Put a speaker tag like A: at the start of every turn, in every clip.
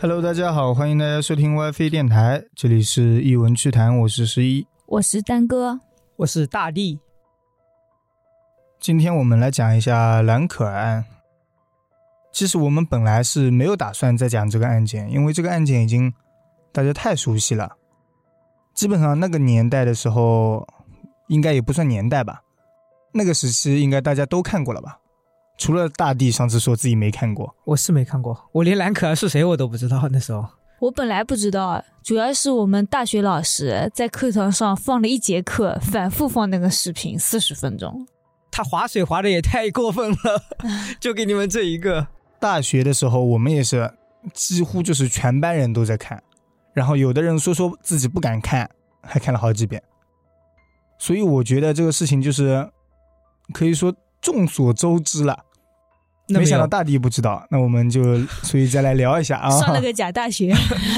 A: Hello，大家好，欢迎大家收听 WiFi 电台，这里是译文趣谈，我是十一。
B: 我是丹哥，
C: 我是大力。
A: 今天我们来讲一下兰可儿案。其实我们本来是没有打算再讲这个案件，因为这个案件已经大家太熟悉了。基本上那个年代的时候，应该也不算年代吧，那个时期应该大家都看过了吧？除了大地上次说自己没看过，
C: 我是没看过，我连兰可儿是谁我都不知道。那时候
B: 我本来不知道，主要是我们大学老师在课堂上放了一节课，反复放那个视频四十分钟。
C: 他划水划的也太过分了， 就给你们这一个。
A: 大学的时候，我们也是几乎就是全班人都在看，然后有的人说说自己不敢看，还看了好几遍。所以我觉得这个事情就是可以说众所周知了。
C: 那
A: 没想到
C: 有，
A: 大地不知道，那我们就所以再来聊一下 啊。
B: 上了个假大学，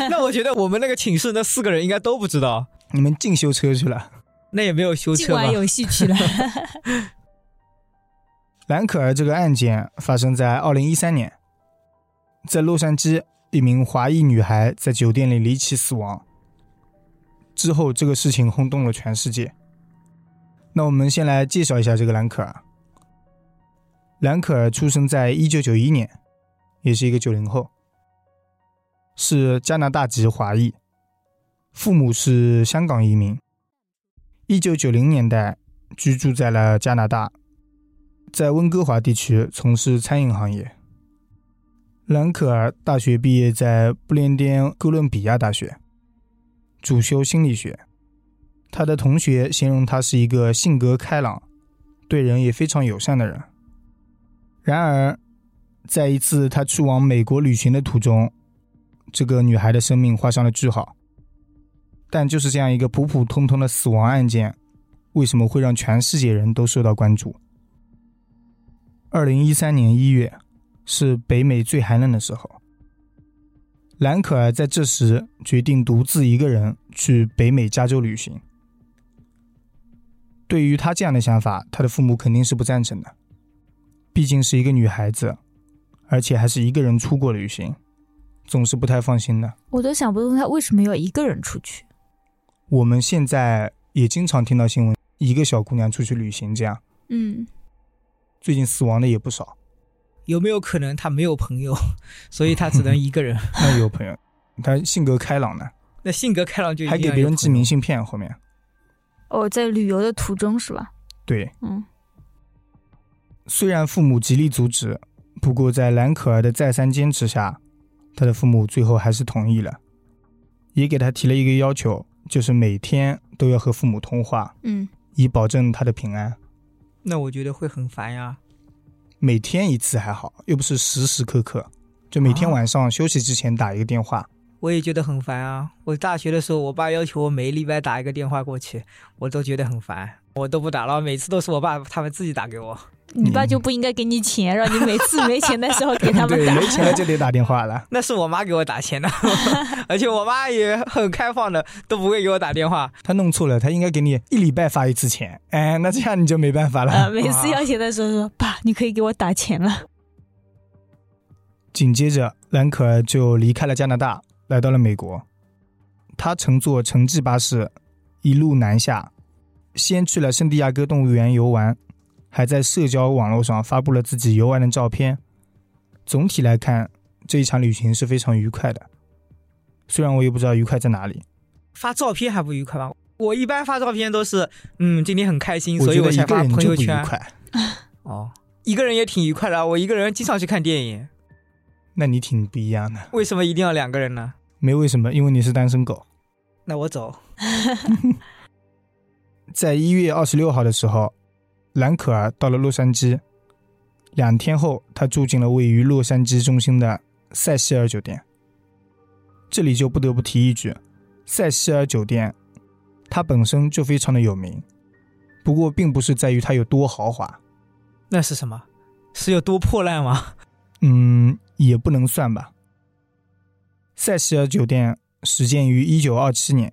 C: 那我觉得我们那个寝室那四个人应该都不知道，
A: 你们进修车去了。
C: 那也没有修
B: 今
C: 车吧
B: 晚？有 戏去了。
A: 兰可儿这个案件发生在二零一三年，在洛杉矶，一名华裔女孩在酒店里离奇死亡。之后，这个事情轰动了全世界。那我们先来介绍一下这个兰可儿。兰可儿出生在一九九一年，也是一个九零后，是加拿大籍华裔，父母是香港移民。一九九零年代居住在了加拿大，在温哥华地区从事餐饮行业。兰可儿大学毕业在不列颠哥伦比亚大学，主修心理学。他的同学形容他是一个性格开朗、对人也非常友善的人。然而，在一次他去往美国旅行的途中，这个女孩的生命画上了句号。但就是这样一个普普通通的死亡案件，为什么会让全世界人都受到关注？二零一三年一月，是北美最寒冷的时候。兰可儿在这时决定独自一个人去北美加州旅行。对于她这样的想法，她的父母肯定是不赞成的，毕竟是一个女孩子，而且还是一个人出国旅行，总是不太放心的。
B: 我都想不通他为什么要一个人出去。
A: 我们现在也经常听到新闻，一个小姑娘出去旅行这样，
B: 嗯，
A: 最近死亡的也不少。
C: 有没有可能他没有朋友， 所以他只能一 个人？
A: 那有朋友，她性格开朗的，
C: 那性格开朗就一
A: 还
C: 定
A: 给
C: 要
A: 别
C: 有
A: 人
C: 朋
A: 寄明信片，后面。
B: 哦，在旅游的途中是吧？
A: 对，
B: 嗯，
A: 虽然父母极力阻止，不过在兰可儿的再三坚持下，他的父母最后还是同意了，也给他提了一个要求，就是每天都要和父母通话，
B: 嗯，
A: 以保证他的平安。
C: 友。那我觉得会很烦呀。
A: 每天一次还好，又不是时时刻刻，就每天
C: 啊
A: 晚上休息之前打一个电话。
C: 我也觉得很烦啊！我大学的时候，我爸要求我每个礼拜打一个电话过去，我都觉得很烦，我都不打了，每次都是我爸他们自己打给我。
B: 你爸就不应该给你钱，让你每次没钱的时候给他们
A: 嗯对，
B: 打
A: 没。钱了就得打电话了。
C: 那是我妈给我打钱的， 而且我妈也很开放的，都不会给我打电话。
A: 他弄错了，他应该给你一礼拜发一次钱。哎，那这样你就没办法了。
B: 呃，每次要钱的时候说爸，你可以给我打钱了。
A: 紧接着，兰可儿就离开了加拿大，来到了美国。她乘坐城际巴士，一路南下，先去了圣地亚哥动物园游玩，还在社交网络上发布了自己游玩的照片。总体来看，这一场旅行是非常愉快的，虽然我也不知道愉快在哪里。
C: 发照片还不愉快吗？我一般发照片都是，嗯，今天很开心，所以
A: 觉
C: 我
A: 得一
C: 才
A: 个
C: 发
A: 人
C: 朋
A: 就
C: 友
A: 不愉
C: 圈。
A: 快。
C: 哦，一个人也挺愉快的啊，我一个人经常去看电影，
A: 那你挺不一样的，
C: 为什么一定要两个人呢？
A: 没为什么，因为你是单身狗。
C: 那我走。
A: 在一月二十六号的时候，兰可儿到了洛杉矶。两天后，她住进了位于洛杉矶中心的塞西尔酒店。这里就不得不提一句，塞西尔酒店，它本身就非常的有名，不过并不是在于它有多豪华，
C: 那是什么？是有多破烂吗？
A: 嗯，也不能算吧。塞西尔酒店始建于一九二七年，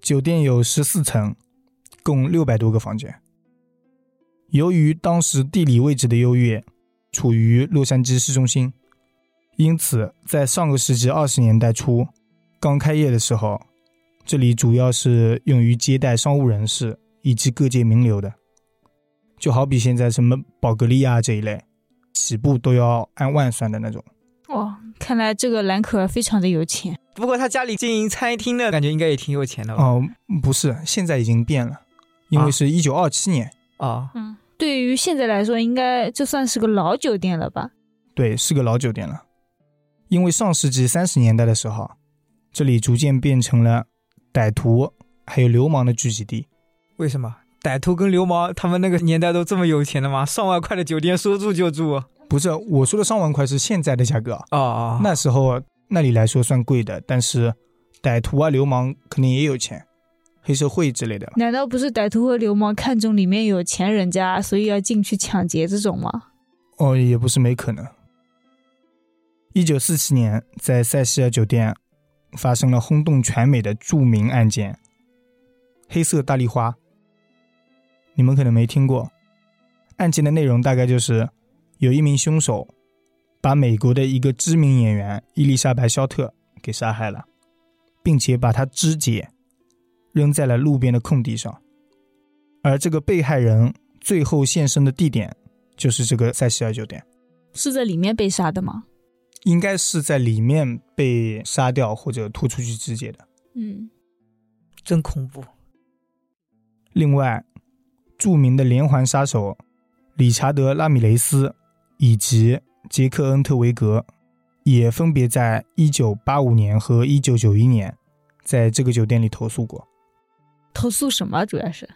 A: 酒店有十四层，共六百多个房间。由于当时地理位置的优越，处于洛杉矶市中心，因此，在上个世纪二十年代初刚开业的时候，这里主要是用于接待商务人士以及各界名流的，就好比现在什么宝格丽啊这一类，起步都要按万算的那种。
B: 哇，看来这个兰可儿非常的有钱。
C: 不过他家里经营餐厅的感觉应该也挺有钱的吧？
A: 哦、不是，现在已经变了，因为
C: 嗯啊
A: 是一九二七年，
C: 哦，
B: 嗯，对于现在来说，应该就算是个老酒店了吧？
A: 对，是个老酒店了。因为上世纪三十年代的时候，这里逐渐变成了歹徒还有流氓的聚集地。
C: 为什么歹徒跟流氓他们那个年代都这么有钱的吗？上万块的酒店说住就住。哦
A: 不是我说的上万块是现在的价格啊，
C: 哦，
A: 那时候那里来说算贵的，但是歹徒啊、流氓肯定也有钱，黑社会之类的。
B: 难道不是歹徒和流氓看中里面有钱人家，所以要进去抢劫这种吗？
A: 哦，也不是没可能。一九四七年，在塞西尔酒店发生了轰动全美的著名案件——黑色大丽花。你们可能没听过。案件的内容大概就是，有一名凶手把美国的一个知名演员伊丽莎白·肖特给杀害了，并且把她肢解扔在了路边的空地上，而这个被害人最后现身的地点就是这个塞西尔酒店，
B: 是在里面被杀的吗？
A: 应该是在里面被杀掉或者拖出去肢解的。
B: 嗯，
C: 真恐怖。
A: 另外，著名的连环杀手理查德·拉米雷斯以及杰克·恩特维格，也分别在1985年和1991年在这个酒店里投诉过。
B: 投诉什么主要是？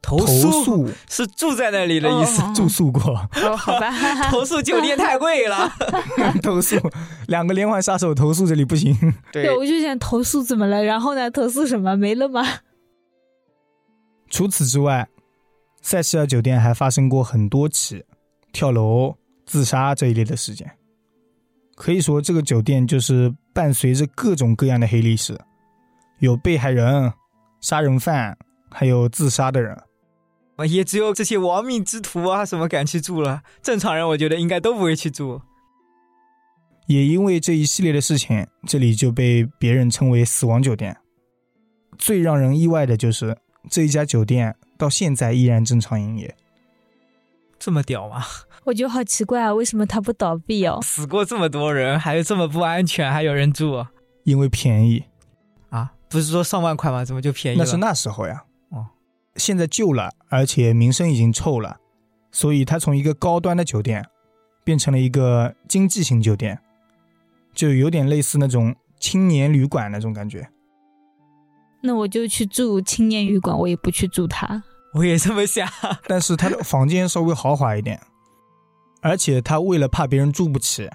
C: 投哦
A: 投诉
C: 是住在那里的意思。
B: 哦
A: 住宿 过，
B: 哦，好吧，
C: 投诉酒店太贵 了。
A: 投诉两个连环杀手投诉这里不行。
B: 对，我就想投诉怎么了？然后呢？投诉什么？没了吗？
A: 除此之外，塞西尔酒店还发生过很多起跳楼、自杀这一类的事件。可以说，这个酒店就是伴随着各种各样的黑历史，有被害人、杀人犯，还有自杀的人。
C: 也只有这些亡命之徒啊，什么敢去住了？正常人我觉得应该都不会去住。
A: 也因为这一系列的事情，这里就被别人称为“死亡酒店”。最让人意外的就是，这一家酒店到现在依然正常营业。
C: 这么屌吗？
B: 我觉得好奇怪啊，为什么他不倒闭哦？
C: 死过这么多人，还有这么不安全，还有人住
A: 因为便宜，
C: 啊？不是说上万块吗？怎么就便宜
A: 那
C: 了？
A: 是那时候呀。
C: 哦，
A: 现在旧了，而且名声已经臭了，所以它从一个高端的酒店变成了一个经济型酒店，就有点类似那种青年旅馆那种感觉。
B: 那我就去住青年旅馆，我也不去住它。
C: 我也这么想。
A: 但是它的房间稍微豪华一点，而且它为了怕别人住不起，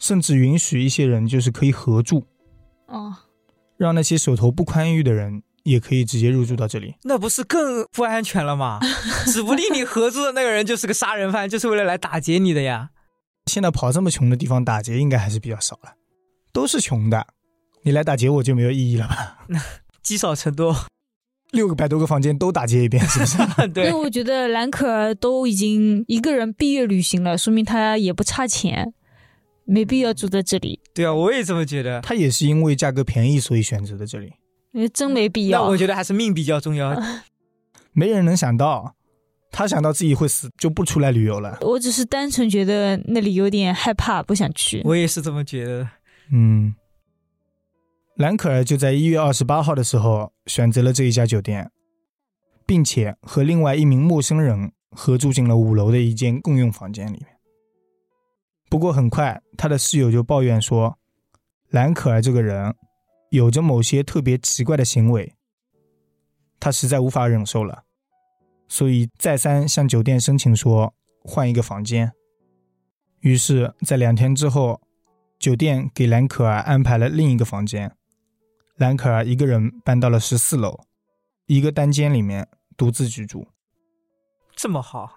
A: 甚至允许一些人就是可以合住，
B: 哦，
A: 让那些手头不宽裕的人也可以直接入住到这里。
C: 那不是更不安全 了吗？指不定你合租的那个人就是个杀人犯， 就是为了来打劫你的呀。
A: 现在跑这么穷的地方打劫应该还是比较少了，都是穷的，你来打劫我就没有意义了吧？
C: 积少成多，
A: 六个百多个房间都打劫一遍，是不是？
B: 因为
C: 对，
B: 我觉得兰可儿都已经一个人毕业旅行了，说明他也不差钱，没必要住在这里，
C: 对啊，我也这么觉得。
A: 他也是因为价格便宜，所以选择的这里。
B: 因为真没必
C: 那
B: 要
C: 我。觉得还是命比较
B: 嗯
C: 重要。
A: 没人能想到，他想到自己会死，就不出来旅游了。
B: 我只是单纯觉得那里有点害怕，不想去。
C: 我也是这么觉得的。
A: 嗯，兰可儿就在一月二十八号的时候选择了这一家酒店，并且和另外一名陌生人合住进了五楼的一间共用房间里面。不过很快，他的室友就抱怨说，兰可儿这个人有着某些特别奇怪的行为，他实在无法忍受了，所以再三向酒店申请说换一个房间。于是，在两天之后，酒店给兰可儿安排了另一个房间，兰可儿一个人搬到了十四楼，一个单间里面独自居住，
C: 这么好，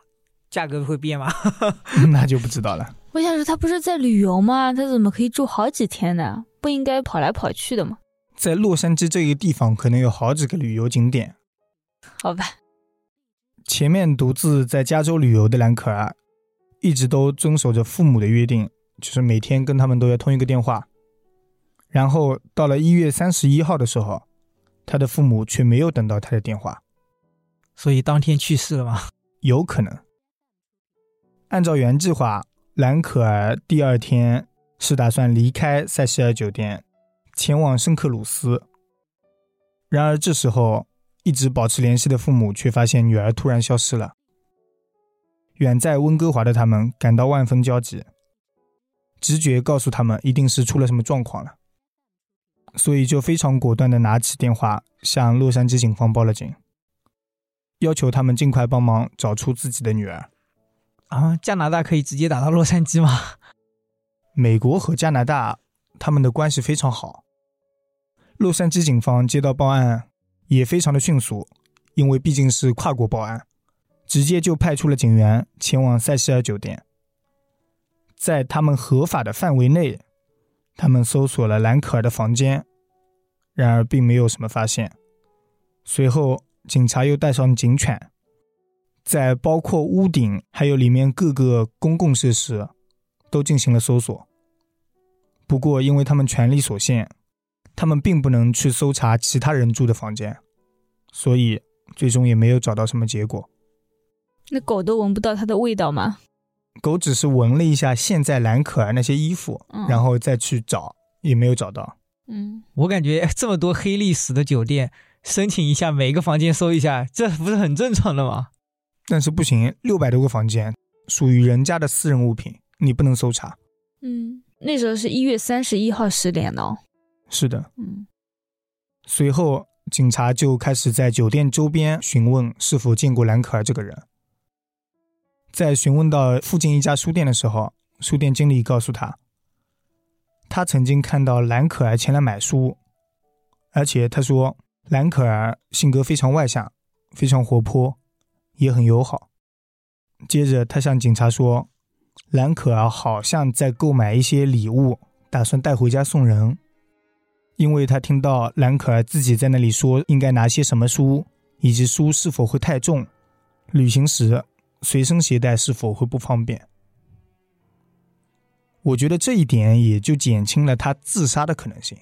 C: 价格会变吗？
A: 那就不知道了。
B: 我想说，他不是在旅游吗？他怎么可以住好几天呢？不应该跑来跑去的吗？
A: 在洛杉矶这个地方，可能有好几个旅游景点。
B: 好吧，
A: 啊前面独自在加州旅游的兰可儿，一直都遵守着父母的约定，就是每天跟他们都要通一个电话。然后到了一月三十一号的时候，他的父母却没有等到他的电话，
C: 所以当天去世了吗？
A: 有可能。按照原计划，兰可儿第二天是打算离开塞西尔酒店，前往圣克鲁斯。然而这时候，一直保持联系的父母却发现女儿突然消失了。远在温哥华的他们感到万分焦急，直觉告诉他们一定是出了什么状况了，所以就非常果断地拿起电话向洛杉矶警方报了警，要求他们尽快帮忙找出自己的女儿。
C: 啊，加拿大可以直接打到洛杉矶吗？
A: 美国和加拿大他们的关系非常好。洛杉矶警方接到报案也非常的迅速，因为毕竟是跨国报案，直接就派出了警员前往塞西尔酒店。在他们合法的范围内，他们搜索了兰可儿的房间，然而并没有什么发现。随后，警察又带上警犬，在包括屋顶还有里面各个公共设施都进行了搜索。不过，因为他们权力所限，他们并不能去搜查其他人住的房间，所以最终也没有找到什么结果。
B: 那狗都闻不到它的味道吗？
A: 狗只是闻了一下现在兰可儿那些衣服，
B: 嗯
A: 然后再去找，也没有找到。
B: 嗯，
C: 我感觉这么多黑历史的酒店，申请一下，每个房间搜一下，这不是很正常的吗？
A: 但是不行，六百多个房间属于人家的私人物品，你不能搜查。
B: 嗯，那时候是一月三十一号十点哦。
A: 是的。
B: 嗯
A: 随后，警察就开始在酒店周边询问是否见过兰可儿这个人。在询问到附近一家书店的时候，书店经理告诉他，他曾经看到兰可儿前来买书，而且他说兰可儿性格非常外向，非常活泼，也很友好。接着，他向警察说，兰可儿好像在购买一些礼物，打算带回家送人。因为他听到兰可儿自己在那里说应该拿些什么书，以及书是否会太重，旅行时随身携带是否会不方便。我觉得这一点也就减轻了他自杀的可能性，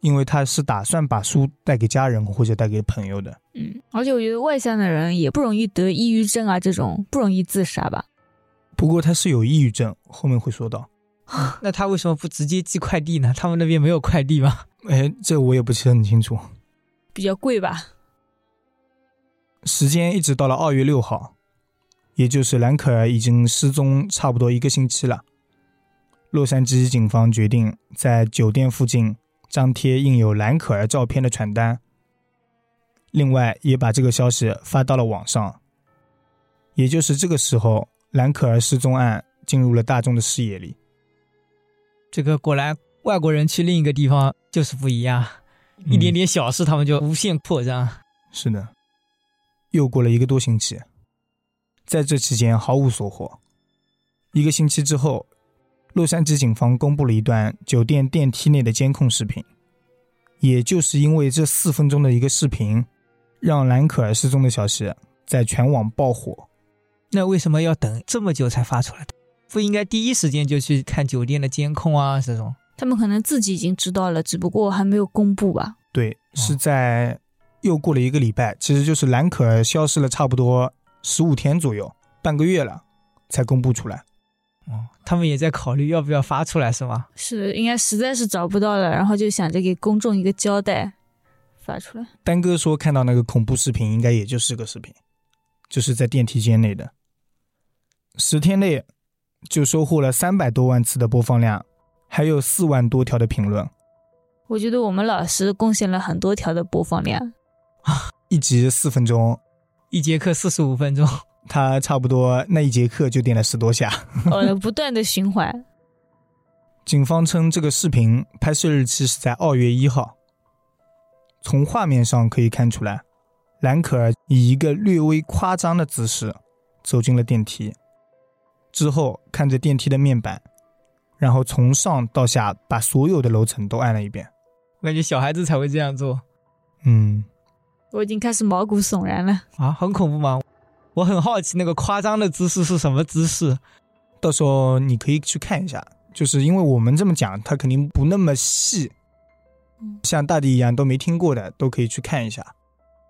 A: 因为他是打算把书带给家人或者带给朋友的。
B: 嗯，而且我觉得外向的人也不容易得抑郁症啊，这种不容易自杀吧？
A: 不过他是有抑郁症，后面会说到。
C: 那他为什么不直接寄快递呢？ 他们那边没有快递吗？
A: 哎，这我也不是很清楚。
B: 比较贵吧？
A: 时间一直到了二月六号，也就是兰可儿已经失踪差不多一个星期了。洛杉矶警方决定在酒店附近张贴印有兰可儿照片的传单，另外也把这个消息发到了网上。也就是这个时候，兰可儿失踪案进入了大众的视野里。
C: 这个果然，外国人去另一个地方 就是不一样，一点
A: 点。
C: 点小事他们就无限扩张。
A: 是的，又过了一个多星期，在这期间毫无所获。一个星期之后，洛杉矶警方公布了一段酒店电梯内的监控视频。也就是因为这四分钟的一个视频，让兰可儿失踪的消息在全网爆火。
C: 那为什么要等这么久才发出来？ 不应该第一时间就去看酒店的监控啊这种？
B: 他们可能自己已经知道了，只不过还没有公布吧？
A: 对，是在又过了一个礼拜，其实就是兰可儿消失了差不多十五天左右，半个月了，才公布出来。
C: 哦，他们也在考虑要不要发出来是吗？
B: 是，应该实在是找不到了，然后就想着给公众一个交代，发出来。
A: 丹哥说看到那个恐怖视频，应该也就是个视频，就是在电梯间内的。十天内就收获了三百多万次的播放量，还有四万多条的评论，
B: 我觉得我们老师贡献了很多条的播放量，
A: 一集四分钟，
C: 一节课四十五分钟，
A: 他差不多那一节课就点了十多下。
B: 呃，不断的循环。
A: 警方称这个视频拍摄日期是在二月一号。从画面上可以看出来，兰可儿以一个略微夸张的姿势走进了电梯，之后看着电梯的面板，然后从上到下把所有的楼层都按了一遍。
C: 我感觉小孩子才会这样做
A: 嗯，
B: 我已经开始毛骨悚然了。
C: 啊，很恐怖吗？我很好奇那个夸张的姿势是什么姿势？
A: 到时候你可以去看一下，就是因为我们这么讲，它肯定不那么细
B: 嗯，
A: 像大地一样都没听过的，都可以去看一下。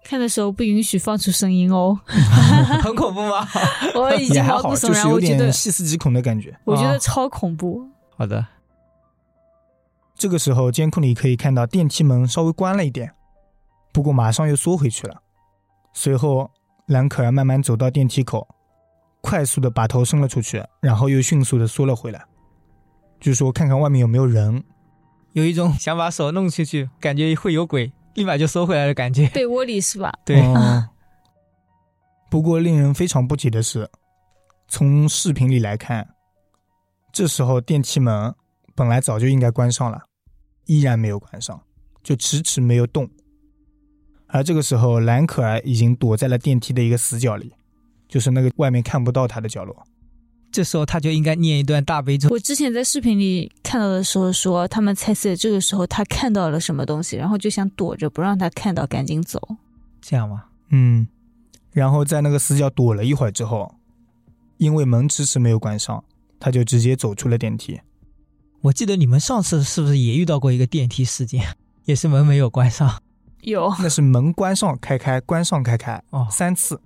B: 看的时候不允许放出声音哦，
C: 很恐怖吗？
B: 我已
A: 也
B: 经
A: 还
B: 毛
A: 好，
B: 骨
A: 就
B: 悚
A: 是啊
B: 然，
A: 有
B: 我觉
A: 点
B: 得
A: 细思极恐的感觉。
B: 我觉
C: 哦
B: 得超恐怖。
D: 好的，
A: 这个时候，监控里可以看到电梯门稍微关了一点，不过马上又缩回去了。随后，兰可儿慢慢走到电梯口，快速的把头伸了出去，然后又迅速的缩了回来，就说看看外面有没有人。
C: 有一种想把手弄出去，感觉会有鬼，立马就收回来的感觉。
B: 被窝里是吧？
C: 对
A: 哦不过令人非常不解的是，从视频里来看，这时候电梯门本来早就应该关上了，依然没有关上，就迟迟没有动。而这个时候，兰可儿已经躲在了电梯的一个死角里，就是那个外面看不到她的角落。
C: 这时候他就应该念一段大悲咒。
B: 我之前在视频里看到的时候说，他们猜测这个时候他看到了什么东西，然后就想躲着不让他看到，赶紧走。
C: 这样吗？
A: 嗯，然后在那个死角躲了一会儿之后，因为门迟迟没有关上，她就直接走出了电梯。
C: 我记得你们上次是不是也遇到过一个电梯事件，也是门没有关上
B: 有，
A: 那是门关上开开，关上开开
C: 哦，
A: 三次。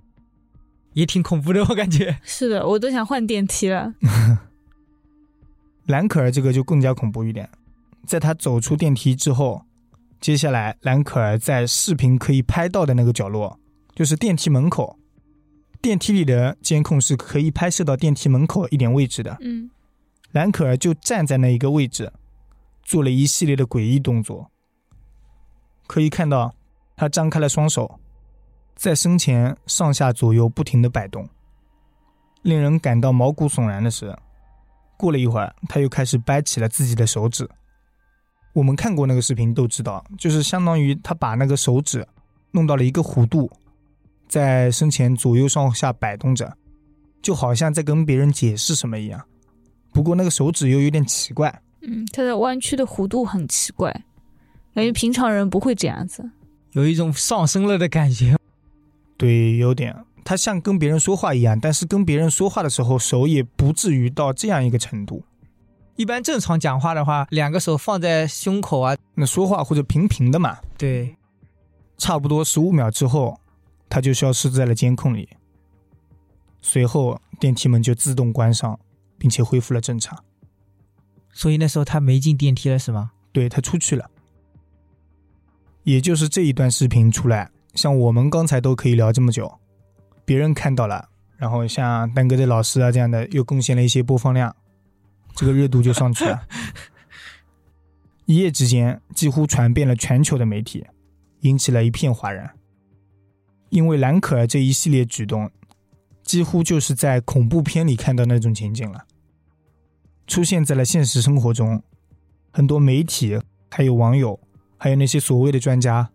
C: 也挺恐怖的，我感觉。
B: 是的，我都想换电梯了。
A: 兰可儿这个就更加恐怖一点，在她走出电梯之后，接下来兰可儿在视频可以拍到的那个角落，就是电梯门口，电梯里的监控是可以拍摄到电梯门口一点位置的。
B: 嗯，
A: 兰可儿就站在那一个位置，做了一系列的诡异动作。可以看到，她张开了双手，在身前上下左右不停的摆动。令人感到毛骨悚然的是，过了一会儿，她又开始掰起了自己的手指。我们看过那个视频都知道，就是相当于她把那个手指弄到了一个弧度，在身前左右上下摆动着，就好像在跟别人解释什么一样。不过那个手指又有点奇怪，
B: 嗯，它的弯曲的弧度很奇怪，感觉平常人不会这样子。
C: 有一种上升了的感觉，
A: 对，有点，他像跟别人说话一样，但是跟别人说话的时候手也不至于到这样一个程度。
C: 一般正常讲话的话，两个手放在胸口啊，
A: 那说话或者平平的嘛，
C: 对，
A: 差不多十五秒之后，他就消失在了监控里。随后电梯门就自动关上，并且恢复了正常。
C: 所以那时候他没进电梯了是吗？
A: 对他出去了。也就是这一段视频出来，像我们刚才都可以聊这么久，别人看到了，然后像丹哥的老师啊这样的又贡献了一些播放量，这个热度就上去了。一夜之间，几乎传遍了全球的媒体，引起了一片哗然。因为兰可儿啊这一系列举动，几乎就是在恐怖片里看到那种情景了，出现在了现实生活中，很多媒体、还有网友、还有那些所谓的专家，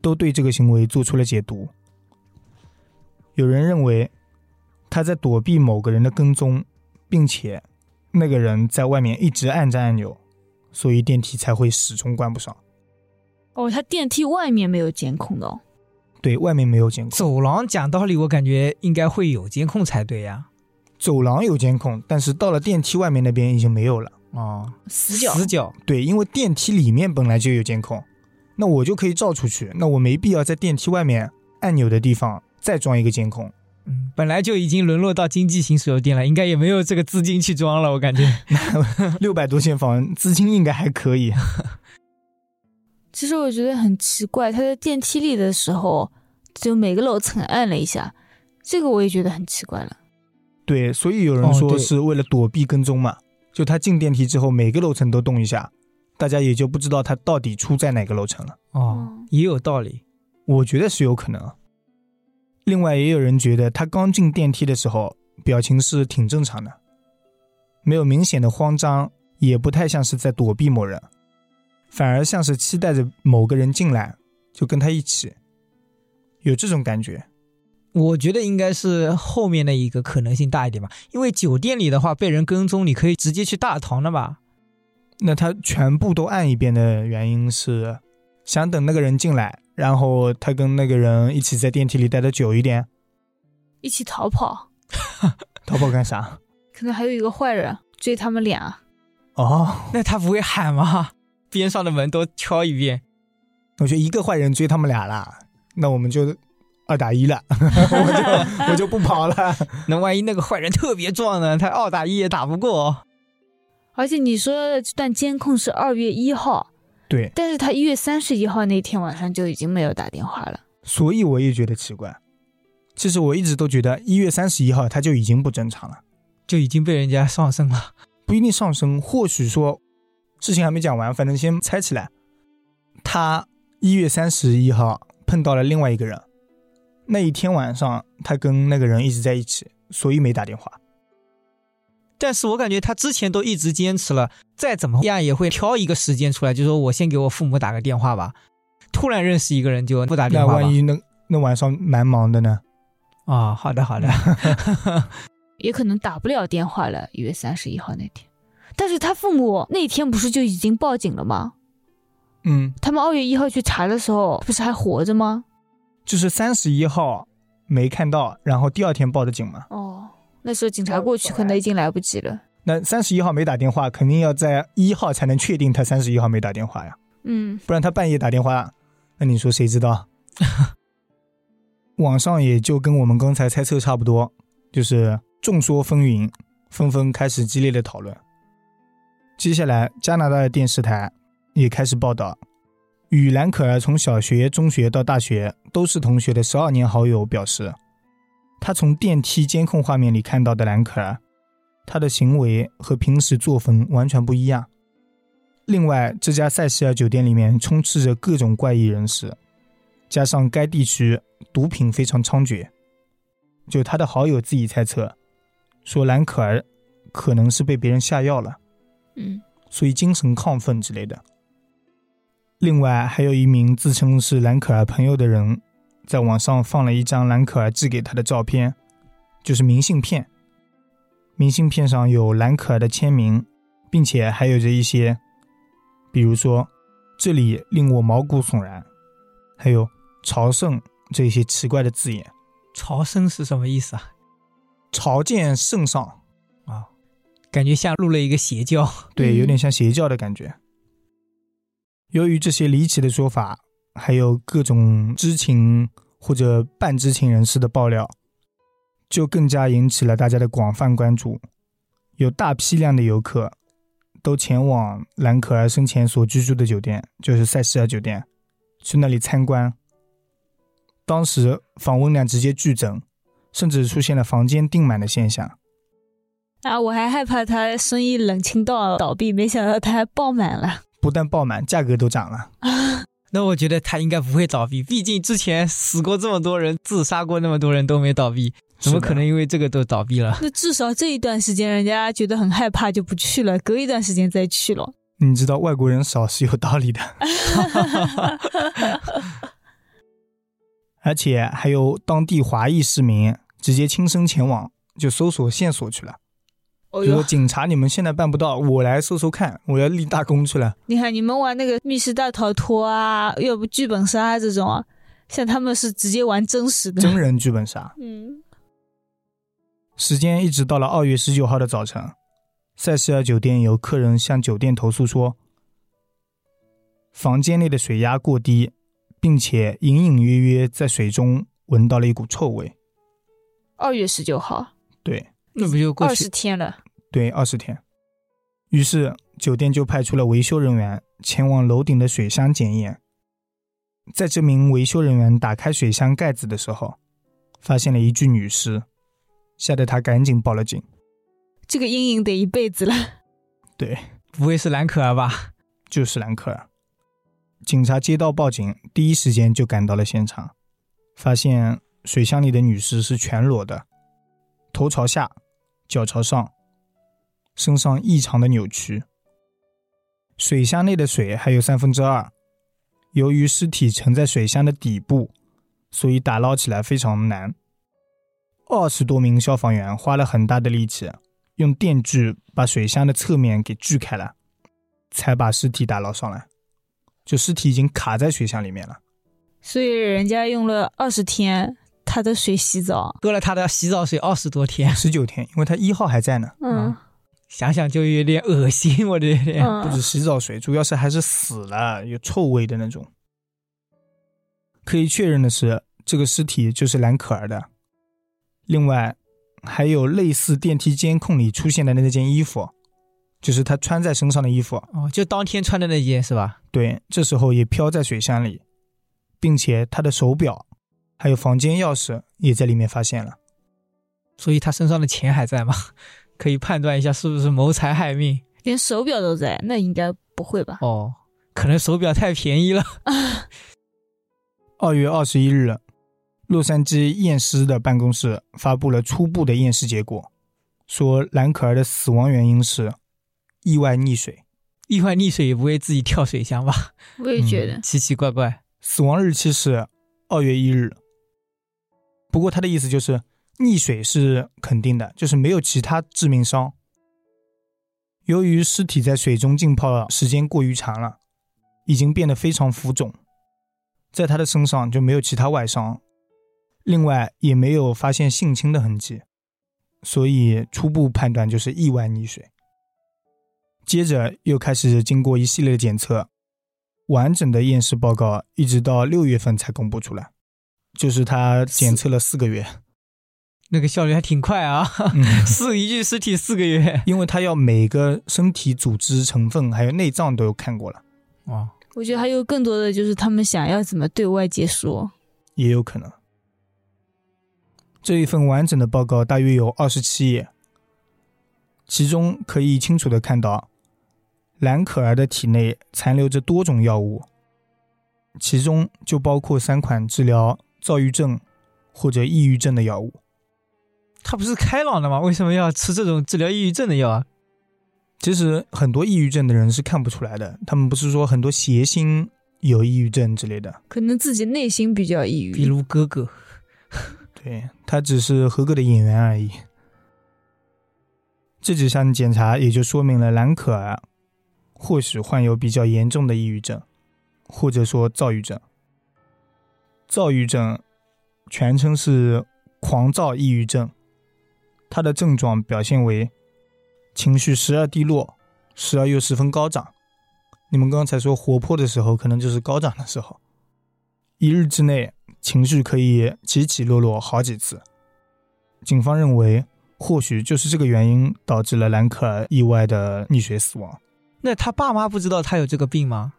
A: 都对这个行为做出了解读。有人认为他在躲避某个人的跟踪，并且那个人在外面一直按着按钮，所以电梯才会始终关不上。
B: 哦，它电梯外面没有监控的、哦。
A: 对外面没有监控，
C: 走廊讲道理，我感觉应该会有监控才对呀、
A: 走廊有监控，但是到了电梯外面那边已经没有了。
C: 哦，
B: 死角，
C: 死角，
A: 对，因为电梯里面本来就有监控，那我就可以照出去，那我没必要在电梯外面按钮的地方再装一个监 控。
C: 嗯，本来就已经沦落到经济型手游店了，应该也没有这个资金去装了，我感 觉。
A: 六百多间房，资金应该还可 以。
B: 其实我觉得很奇怪，他在电梯里的时候，就每个楼层按了一下，这个我也觉得很奇怪了。
A: 对，所以有人
C: 哦
A: 说
C: 对
A: 是为了躲避跟踪嘛，就他进电梯之后，每个楼层都动一下，大家也就不知道他到底出在哪个楼层了。
C: 哦，
B: 嗯
C: 也有道理。
A: 我觉得是有可能。啊另外，也有人觉得他刚进电梯的时候，表情是挺正常的，没有明显的慌张，也不太像是在躲避某人，反而像是期待着某个人进来，就跟他一起，有这种感觉。
C: 我觉得应该是后面的一个可能性大一点吧，因为酒店里的话被人跟踪，你可以直接去大堂的吧？
A: 那他全部都按一遍的原因是想等那个人进来，然后他跟那个人一起在电梯里待的久一点。
B: 一起逃跑，
A: 逃跑干啥？
B: 可能还有一个坏人追他们俩。
A: 哦，
C: 那他不会喊吗？ 边上的门都敲一遍，
A: 我觉得一个坏人追他们俩了，那我们就二打一了， 我就我就不跑了。
C: 那万一那个坏人特别壮呢？他二打一也打不过。哦
B: 而且你说的这段监控是二月一号，
A: 对，
B: 但是他一月三十一号那天晚上就已经没有打电话了。
A: 所以我也觉得奇怪。其实我一直都觉得一月三十一号他就已经不正常了，
C: 就已经被人家上身了。
A: 不一定上升，或许说事情还没讲完，反正先猜起来。他一月三十一号碰到了另外一个人，那一天晚上他跟那个人一直在一起，所以没打电话。
C: 但是我感觉他之前都一直坚持了，再怎么样也会挑一个时间出来，就说我先给我父母打个电话吧。突然认识一个人就不打电
A: 那
C: 话吧
A: 万一那那晚上蛮忙的呢？
C: 啊、好的好的，
B: 也可能打不了电话了。一月三十一号那天，但是他父母那天不是就已经报警了吗？
A: 嗯，
B: 他们二月一号去查的时候，不是还活着吗？
A: 就是三十一号没看到，然后第二天报的警嘛。
B: 哦，那时候警察过去可能已经来不及了。
A: 那三十一号没打电话，肯定要在一号才能确定他三十一号没打电话呀，
B: 嗯，
A: 不然他半夜打电话，那你说谁知道？网上也就跟我们刚才猜测差不多，就是众说纷纭，纷纷开始激烈的讨论。接下来，加拿大的电视台也开始报道，与兰可儿从小学、中学到大学都是同学的十二年好友表示，他从电梯监控画面里看到的兰可儿，她的行为和平时作风完全不一样。另外，这家塞西尔酒店里面充斥着各种怪异人士，加上该地区毒品非常猖獗，就他的好友自己猜测，说兰可儿可能是被别人下药了。
B: 嗯，
A: 所以精神亢奋之类的。另外，还有一名自称是兰可儿朋友的人，在网上放了一张兰可儿寄给他的照片，就是明信片。明信片上有兰可儿的签名，并且还有着一些，比如说“这里令我毛骨悚然”，还有“朝圣”这些奇怪的字眼。
C: 朝圣是什么意思啊？
A: 朝见圣上，
C: 啊，感觉像入了一个邪教。
A: 对，
B: 嗯
A: 有点像邪教的感觉。由于这些离奇的说法，还有各种知情或者半知情人士的爆料，就更加引起了大家的广泛关注。有大批量的游客都前往兰可儿生前所居住的酒店，就是塞西尔酒店，去那里参观。当时访问量直接剧增，甚至出现了房间订满的现象。
B: 啊，我还害怕他生意冷清到倒闭，没想到他还爆满了。
A: 不但爆满，价格都涨了。
C: 那我觉得他应该不会倒闭，毕竟之前死过这么多人，自杀过那么多人都没倒闭，怎么
A: 是的
C: 可能因为这个都倒闭了？
B: 那至少这一段时间，人家觉得很害怕就不去了，隔一段时间再去了。
A: 你知道外国人少是有道理的， 而且还有当地华裔市民直接亲身前往就搜索线索去了，
B: 哦
A: 就说，警察你们现在办不到，我来搜搜看，我要立大功去 了。
B: 你看你们玩那个密室大逃脱啊，要不剧本杀、这种啊，像他们是直接玩真实的。
A: 真人剧本杀，
B: 嗯，
A: 时间一直到了二月十九号的早晨，塞西尔酒店有客人向酒店投诉说，房间内的水压过低，并且隐隐约约在水中闻到了一股臭味。
B: 二月十九号，
A: 对
C: 那不就过
B: 二十
C: 去？
B: 天了。
A: 对，二十天。于是酒店就派出了维修人员前往楼顶的水箱检验。在这名维修人员打开水箱盖子的时候，发现了一具女尸，吓得他赶紧报了警。
B: 这个阴影得一辈子了。
A: 对，
C: 不会是兰可儿吧？
A: 就是兰克尔。警察接到报警，第一时间就赶到了现场，发现水箱里的女尸是全裸的，头朝下，脚朝上，身上异常的扭曲。水箱内的水还有三分之二，由于尸体沉在水箱的底部，所以打捞起来非常难。二十多名消防员花了很大的力气，用电锯把水箱的侧面给锯开了。才把尸体打捞上来，就尸体已经卡在水箱里面了。
B: 所以人家用了二十天，他的水洗澡。
C: 喝了他的洗澡水二十多天，
A: 十九天，因为他一号还在呢，
B: 嗯
C: 想想就有点恶心，我这有点。
A: 不
B: 嗯
A: 止洗澡水，主要是还是死了，有臭味的那种。可以确认的是，这个尸体就是兰可儿的。另外，还有类似电梯监控里出现的那件衣服，就是她穿在身上的衣服。
C: 哦，就当天穿的那件是吧？
A: 对，这时候也飘在水箱里，并且她的手表还有房间钥匙也在里面发现了。
C: 所以他身上的钱还在吗？ 可以判断一下是不是谋财害命
B: 连手表都在，那应该不会吧？
C: 哦，可能手表太便宜了。
A: 二月二十一日，洛杉矶验尸的办公室发布了初步的验尸结果，说兰可儿的死亡原因是意外溺水，
C: 意外溺水也不会自己跳水箱吧？
B: 我也觉得
A: 嗯，
C: 奇奇怪怪。
A: 死亡日期是二月一日。不过他的意思就是溺水是肯定的，就是没有其他致命伤。由于尸体在水中浸泡了时间过于长了，已经变得非常浮肿，在他的身上就没有其他外伤，另外也没有发现性侵的痕迹，所以初步判断就是意外溺水。接着又开始经过一系列的检测，完整的验尸报告一直到六月份才公布出来，就是他检测了四个月，
C: 那个效率还挺快啊，
A: 嗯
C: 四一具尸体四个月。
A: 因为他要每个身体组织成分还有内脏都有看过了，
C: 哦，
B: 我觉得还有更多的就是他们想要怎么对外界说。
A: 也有可能。这一份完整的报告大约有二十七页，其中可以清楚的看到，兰可儿的体内残留着多种药物，其中就包括三款治疗躁郁症或者抑郁症的药物。
C: 他不是开朗的吗？为什么要吃这种治疗抑郁症的药啊？
A: 其实很多抑郁症的人是看不出来的，他们不是说很多谐星有抑郁症之类的，
B: 可能自己内心比较抑郁，
C: 比如哥哥，
A: 对他只是合格的演员而已。这几项检查也就说明了兰可儿或许患有比较严重的抑郁症，或者说躁郁症。躁郁症全称是狂躁抑郁症，它的症状表现为情绪时而低落，时而又十分高涨。你们刚才说活泼的时候，可能就是高涨的时候。一日之内，情绪可以起起落落好几次。警方认为，或许就是这个原因导致了兰可儿意外的溺水死亡。
C: 那他爸妈不知道他有这个病吗？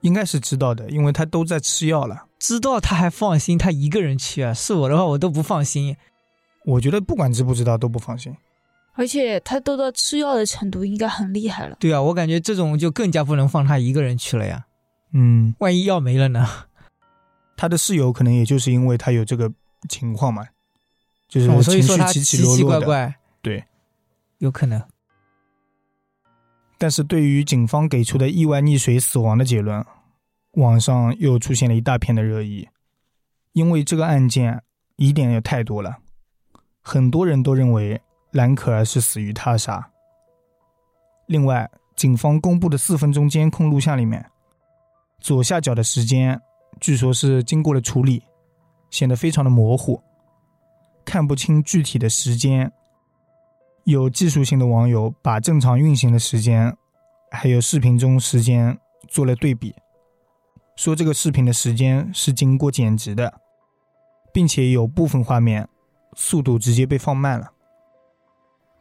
A: 应该是知道的，因为他都在吃药了。
C: 知道他还放心他一个人去啊？是我的话，我都不放心。
A: 我觉得不管知不知道都不放心。
B: 而且他都到吃药的程度，应该很厉害了。
C: 对啊，我感觉这种就更加不能放他一个人去了呀。
A: 嗯，
C: 万一药没了呢？
A: 他的室友可能也就是因为他有这个情况嘛，就是
C: 哦所以
A: 嗯情
C: 说
A: 绪
C: 他
A: 起起
C: 奇
A: 落
C: 奇
A: 落
C: 怪
A: 的。
C: 怪，
A: 对，
C: 有可能。
A: 但是对于警方给出的意外溺水死亡的结论，网上又出现了一大片的热议，因为这个案件疑点也太多了，很多人都认为兰可儿是死于他杀。另外，警方公布的四分钟监控录像里面，左下角的时间据说是经过了处理，显得非常的模糊，看不清具体的时间有技术性的网友把正常运行的时间，还有视频中时间做了对比，说这个视频的时间是经过剪辑的，并且有部分画面速度直接被放慢了。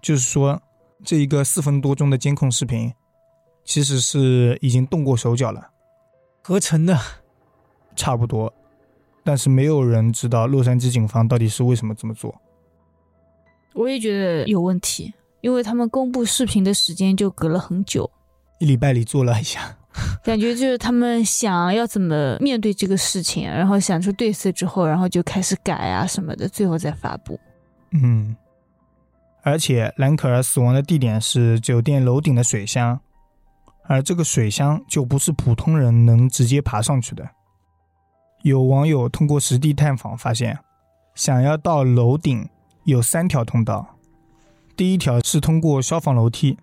A: 就是说，这一个四分多钟的监控视频，其实是已经动过手脚了，
C: 合成的，
A: 差不多，但是没有人知道洛杉矶警方到底是为什么这么做。
B: 我也觉得有问题，因为他们公布视频的时间就隔了很久，
A: 一礼拜里做了一下，
B: 感觉就是他们想要怎么面对这个事情，然后想出对策之后，然后就开始改啊什么的，最后再发布。
A: 嗯，而且兰可儿死亡的地点是酒店楼顶的水箱，而这个水箱就不是普通人能直接爬上去的。有网友通过实地探访发现，想要到楼顶有三条通道，第一条是通过消防楼梯，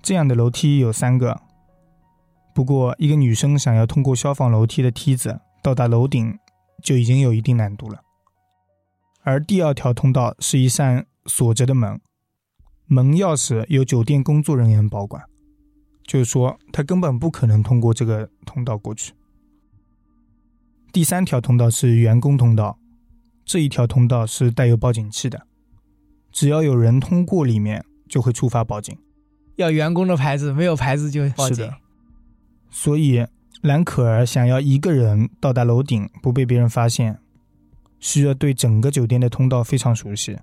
A: 这样的楼梯有三个。不过，一个女生想要通过消防楼梯的梯子到达楼顶，就已经有一定难度了。而第二条通道是一扇锁着的门，门钥匙由酒店工作人员保管，就是说他根本不可能通过这个通道过去。第三条通道是员工通道，这一条通道是带有报警器的，只要有人通过里面，就会触发报警。
C: 要员工的牌子，没有牌子就报
A: 是
C: 警
A: 的。所以，兰可儿想要一个人到达楼顶不被别人发现，需要对整个酒店的通道非常熟悉，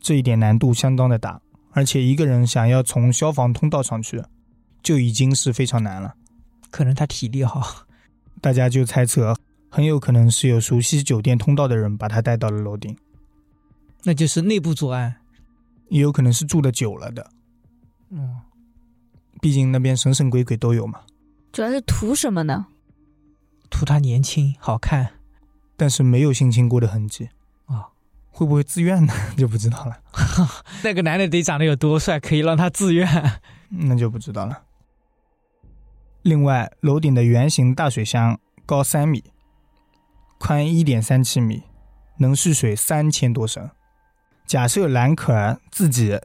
A: 这一点难度相当的大。而且，一个人想要从消防通道上去，就已经是非常难了。
C: 可能他体力好，
A: 大家就猜测，很有可能是有熟悉酒店通道的人把他带到了楼顶，
C: 那就是内部作案。
A: 也有可能是住的久了的，
C: 嗯，
A: 毕竟那边神神鬼鬼都有嘛。
B: 主要是图什么呢？
C: 图他年轻好看
A: 但是没有性侵过的痕迹，
C: 啊、
A: 会不会自愿呢？ 就不知道了。
C: 那个男的得长得有多帅，可以让他自愿。
A: 那就不知道了。另外，楼顶的圆形大水箱高三米，宽一点三七米，能蓄水三千多升。假设兰可儿自己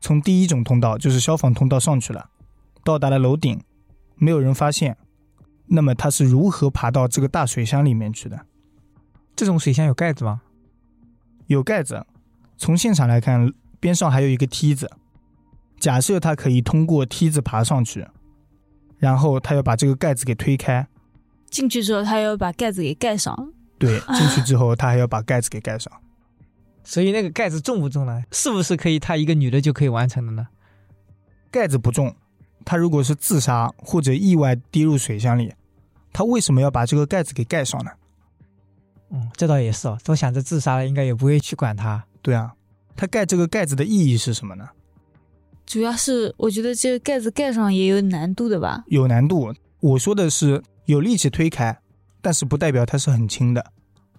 A: 从第一种通道，就是消防通道上去了，到达了楼顶，没有人发现，那么她是如何爬到这个大水箱里面去的？
C: 这种水箱有盖子吗？
A: 有盖子。从现场来看，边上还有一个梯子。假设他可以通过梯子爬上去，然后他要把这个盖子给推开。
B: 进去之后，他要把盖子给盖上，
A: 对， 进去之后他还要把盖子给盖上。
C: 所以那个盖子重不重呢？是不是可以她一个女的就可以完成的呢？
A: 盖子不重，他如果是自杀或者意外跌入水箱里，他为什么要把这个盖子给盖上呢？
C: 嗯，这倒也是哦。都想着自杀了，应该也不会去管他。
A: 对啊，他盖这个盖子的意义是什么呢？
B: 主要是我觉得这个盖子盖上也有难度的吧。
A: 有难度。我说的是有力气推开，但是不代表它是很轻的，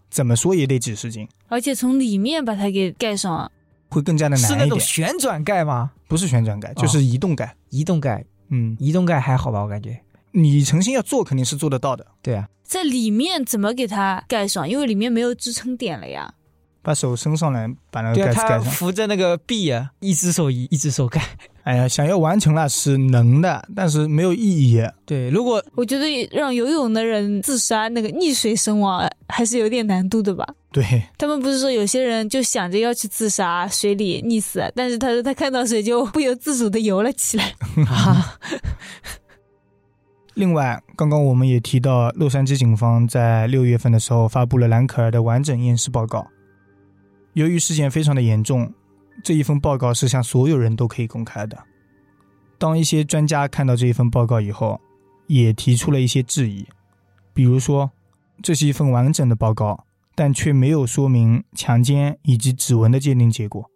A: 怎么说也得几十斤，
B: 而且从里面把它给盖上，
A: 会更加的难
C: 是那
A: 一
C: 种
A: 点。
C: 旋转盖吗？
A: 不是旋转
C: 啊
A: 盖，就是移动盖。
C: 移动盖，
A: 嗯，
C: 移动盖还好吧？我感觉。
A: 你诚心要做，肯定是做得到的。
C: 对啊，
B: 在里面怎么给它盖上？因为里面没有支撑点了呀。
A: 把手伸上来，把那个
C: 对啊，
A: 盖子
C: 他
A: 盖上。
C: 扶着那个壁啊，一只手移，一只手盖。
A: 哎呀，想要完成了是能的，但是没有意义。
C: 对，如果
B: 我觉得让游泳的人自杀，那个溺水身亡还是有点难度的吧。
A: 对，
B: 他们不是说有些人就想着要去自杀，水里溺死，但是他说他看到水就不由自主的游了起来。
C: 啊，
A: 另外，刚刚我们也提到，洛杉矶警方在六月份的时候发布了兰可儿的完整验尸报告。由于事件非常的严重，这一份报告是向所有人都可以公开的。当一些专家看到这一份报告以后，也提出了一些质疑，比如说，这是一份完整的报告，但却没有说明强奸以及指纹的鉴定结果。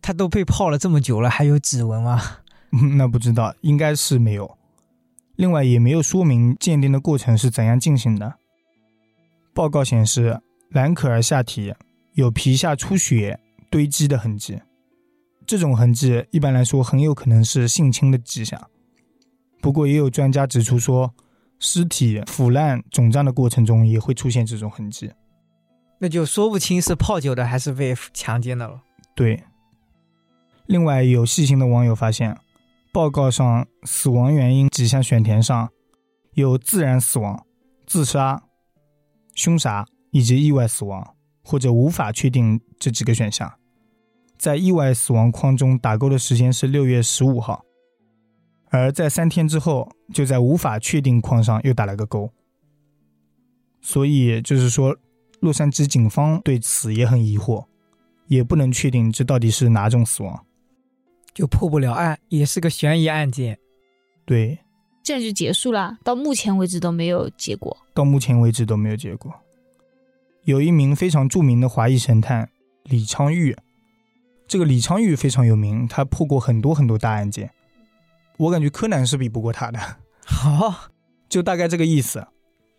C: 他都被泡了这么久了，还有指纹吗？
A: 嗯 那不知道，应该是没有。另外，也没有说明鉴定的过程是怎样进行的。报告显示，兰可儿下体有皮下出血堆积的痕迹，这种痕迹一般来说很有可能是性侵的迹象。不过，也有专家指出说，尸体腐烂肿胀的过程中也会出现这种痕迹。
C: 那就说不清是泡酒的还是被强奸的了。
A: 对。另外，有细心的网友发现，报告上死亡原因几项选填上有自然死亡、自杀、凶杀以及意外死亡，或者无法确定这几个选项。在意外死亡框中打勾的时间是六月十五号，而在三天之后，就在无法确定框上又打了个勾。所以就是说，洛杉矶警方对此也很疑惑。也不能确定这到底是哪种死亡。
C: 就破不了案，也是个悬疑案件。
A: 对，
B: 这样就结束啦，到目前为止都没有结果。
A: 到目前为止都没有结果。有一名非常著名的华裔神探李昌钰，这个李昌钰非常有名，他破过很多很多大案件。我感觉柯南是比不过他的，
C: 好、
A: 就大概这个意思。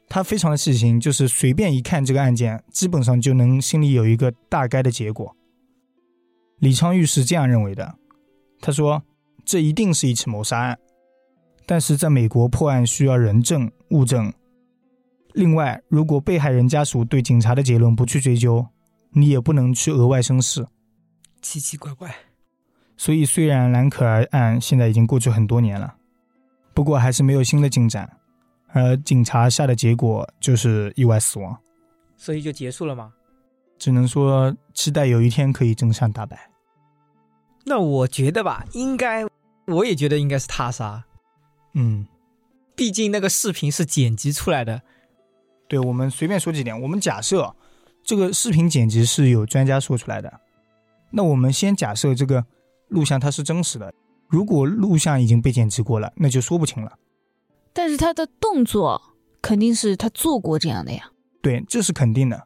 A: 他非常的细心，就是随便一看这个案件，基本上就能心里有一个大概的结果。李昌钰是这样认为的，他说这一定是一起谋杀案，但是在美国破案需要人证、物证，另外，如果被害人家属对警察的结论不去追究，你也不能去额外生事。
C: 奇奇怪怪。
A: 所以，虽然兰可儿案现在已经过去很多年了，不过还是没有新的进展，而警察下的结果就是意外死亡，
C: 所以就结束了吗？
A: 只能说期待有一天可以真相大白。
C: 那我觉得吧，应该，我也觉得应该是他杀，
A: 嗯，
C: 毕竟那个视频是剪辑出来的。
A: 对，我们随便说几点，我们假设这个视频剪辑是有专家说出来的，那我们先假设这个录像它是真实的。如果录像已经被剪辑过了，那就说不清了。
B: 但是他的动作肯定是他做过这样的呀。
A: 对，这是肯定的。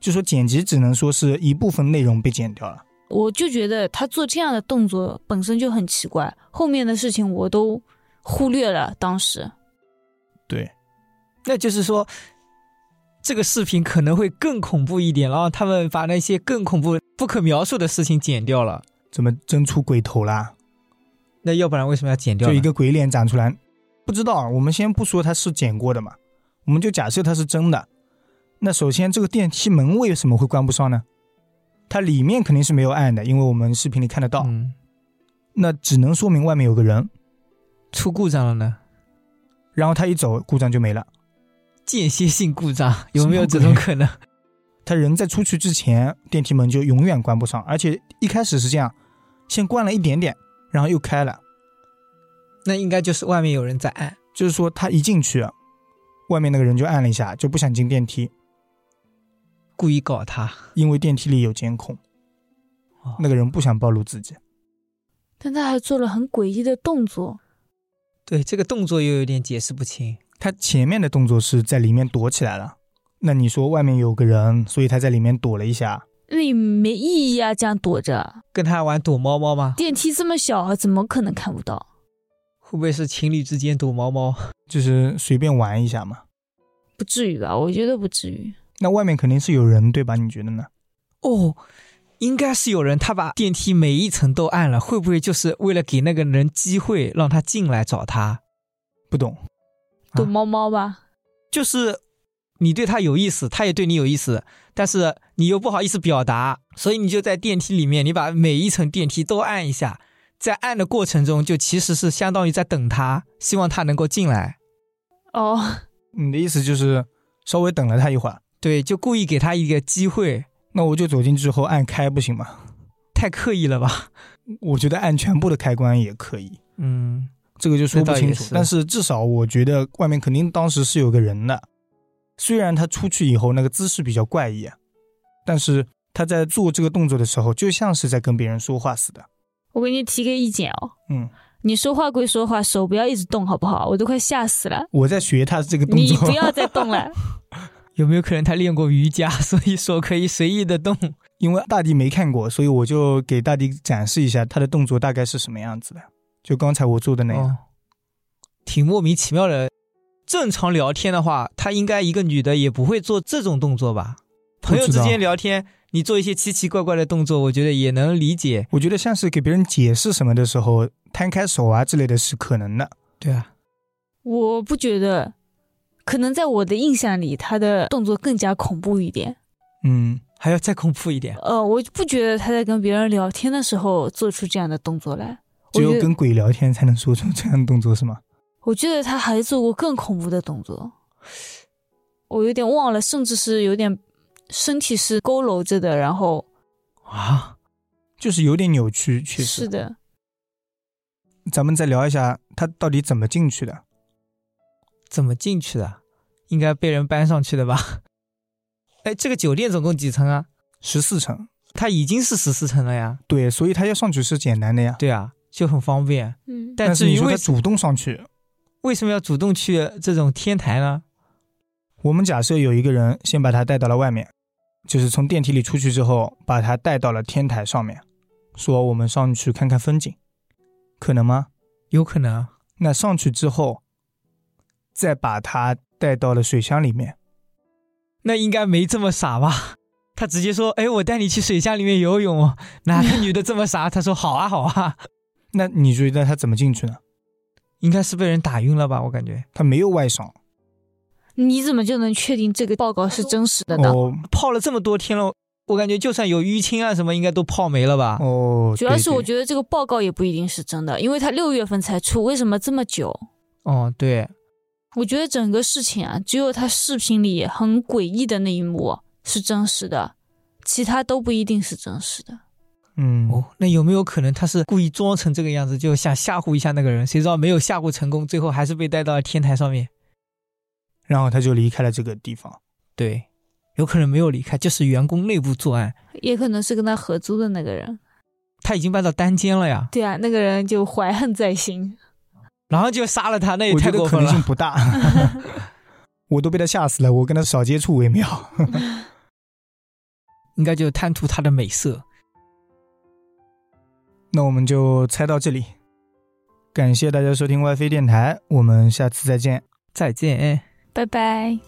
A: 就说剪辑只能说是一部分内容被剪掉了。
B: 我就觉得他做这样的动作本身就很奇怪，后面的事情我都忽略了。当时
A: 对，
C: 那就是说，这个视频可能会更恐怖一点，然后他们把那些更恐怖、不可描述的事情剪掉了。
A: 怎么真出鬼头啦？
C: 那要不然为什么要剪掉
A: 就
C: 呢？
A: 一个鬼脸长出来，不知道。我们先不说它是剪过的嘛，我们就假设它是真的。那首先，这个电梯门为什么会关不上呢？它里面肯定是没有按的，因为我们视频里看得到。
C: 嗯，
A: 那只能说明外面有个人，
C: 出故障了呢？
A: 然后他一走，故障就没了。
C: 间歇性 故障有没有这种可能？
A: 他人在出去之前，电梯门就永远关不上，而且一开始是这样，先关了一点点，然后又开了。
C: 那应该就是外面有人在按。
A: 就是说他一进去，外面那个人就按了一下，就不想进电梯，
C: 故意搞他，
A: 因为电梯里有监控，
C: 哦
A: 那个人不想暴露自己。
B: 但他还做了很诡异的动作，
C: 对这个动作又有点解释不清。
A: 他前面的动作是在里面躲起来了，那你说外面有个人，所以他在里面躲了一下，
B: 那也没意义啊！这样躲着，
C: 跟他玩躲猫猫吗？
B: 电梯这么小，啊怎么可能看不到？
C: 会不会是情侣之间躲猫猫？
A: 就是随便玩一下嘛。
B: 不至于吧？我觉得不至于。
A: 那外面肯定是有人，对吧？你觉得呢？
C: 哦，应该是有人他把电梯每一层都按了，会不会就是为了给那个人机会让他进来找他？
A: 不懂，
B: 躲
A: 啊
B: 猫猫吧，
C: 就是你对他有意思，他也对你有意思，但是你又不好意思表达，所以你就在电梯里面，你把每一层电梯都按一下，在按的过程中，就其实是相当于在等他，希望他能够进来。
B: 哦，
A: 你的意思就是稍微等了他一会儿，
C: 对，就故意给他一个机会，
A: 那我就走进去后按开不行吗？
C: 太刻意了吧？
A: 我觉得按全部的开关也可以，
C: 嗯，
A: 这个就说不
C: 那倒
A: 清
C: 也
A: 楚。
C: 是
A: 但是至少我觉得外面肯定当时是有个人的，虽然他出去以后那个姿势比较怪异，啊但是他在做这个动作的时候，就像是在跟别人说话似的。
B: 我给你提个意见哦，
A: 嗯，
B: 你说话归说话，手不要一直动，好不好？我都快吓死了，
A: 我在学他这个动
B: 你
A: 作。
B: 不要再动了。
C: 有没有可能他练过瑜伽，所以手可以随意的动？
A: 因为大地没看过，所以我就给大地展示一下他的动作大概是什么样子的，就刚才我做的那样。
C: 哦，挺莫名其妙的。正常聊天的话，她应该一个女的也不会做这种动作吧？
A: 不知
C: 朋
A: 道
C: 友之间聊天，你做一些奇奇怪怪的动作，我觉得也能理解。
A: 我觉得像是给别人解释什么的时候，摊开手啊之类的是可能的。
C: 对啊，
B: 我不觉得，可能在我的印象里，他的动作更加恐怖一点。
A: 嗯，
C: 还要再恐怖一点。
B: 呃，我不觉得他在跟别人聊天的时候做出这样的动作来。我
A: 只有
B: 觉得，
A: 跟鬼聊天才能说出这样的动作是吗？
B: 我觉得他还做过更恐怖的动作，我有点忘了，甚至是有点身体是佝偻着的，然后
C: 啊，
A: 就是有点扭曲，确实。
B: 是的，
A: 咱们再聊一下他到底怎么进去的。
C: 怎么进去的？应该被人搬上去的吧？ 哎，这个酒店总共几层啊？
A: 十四层，
C: 它已经是十四层了呀。
A: 对，所以他要上去是简单的呀。
C: 对啊，就很方便。
B: 嗯，
C: 但
A: 是
C: 至
A: 你
C: 于
A: 说
C: 为
A: 他主动上去，
C: 为什么要主动去这种天台呢？
A: 我们假设有一个人先把他带到了外面，就是从电梯里出去之后，把他带到了天台上面，说我们上去看看风景，可能吗？
C: 有可能啊
A: 那上去之后，再把他带到了水箱里面，
C: 那应该没这么傻吧？ 他直接说：“哎，我带你去水箱里面游泳。”哦 哪个女的这么傻？他说：“好啊，好啊。
A: 那你觉得他怎么进去呢？”
C: 应该是被人打晕了吧？我感觉
A: 他没有外伤，
B: 你怎么就能确定这个报告是真实的呢？
A: 哦
C: 泡了这么多天了，我感觉就算有淤青啊什么，应该都泡没了吧？
A: 哦，
B: 主要
A: 对
B: 是我
A: 对
B: 觉得这个报告也不一定是真的，因为它六月份才出，为什么这么久？
C: 哦，对，
B: 我觉得整个事情啊，只有他视频里很诡异的那一幕是真实的，其他都不一定是真实的。
A: 嗯，
C: 哦，那有没有可能他是故意装成这个样子，就想吓唬一下那个人？谁知道没有吓唬成功，最后还是被带到了天台上面。
A: 然后他就离开了这个地方。
C: 对，有可能没有离开，就是员工内部作案。
B: 也可能是跟他合租的那个人，
C: 他已经搬到单间了呀，
B: 对啊，那个人就怀恨在心。
C: 然后就杀了他，那也
A: 我觉
C: 太
A: 得
C: 过
A: 可
C: 分
A: 能性
C: 了。
A: 不大， 我都被他吓死了，我跟他少接触为妙。
C: 应该就贪图他的美色。
A: 那我们就猜到这里，感谢大家收听 WiFi 电台，我们下次再见。
C: 再见。哎
B: 拜拜。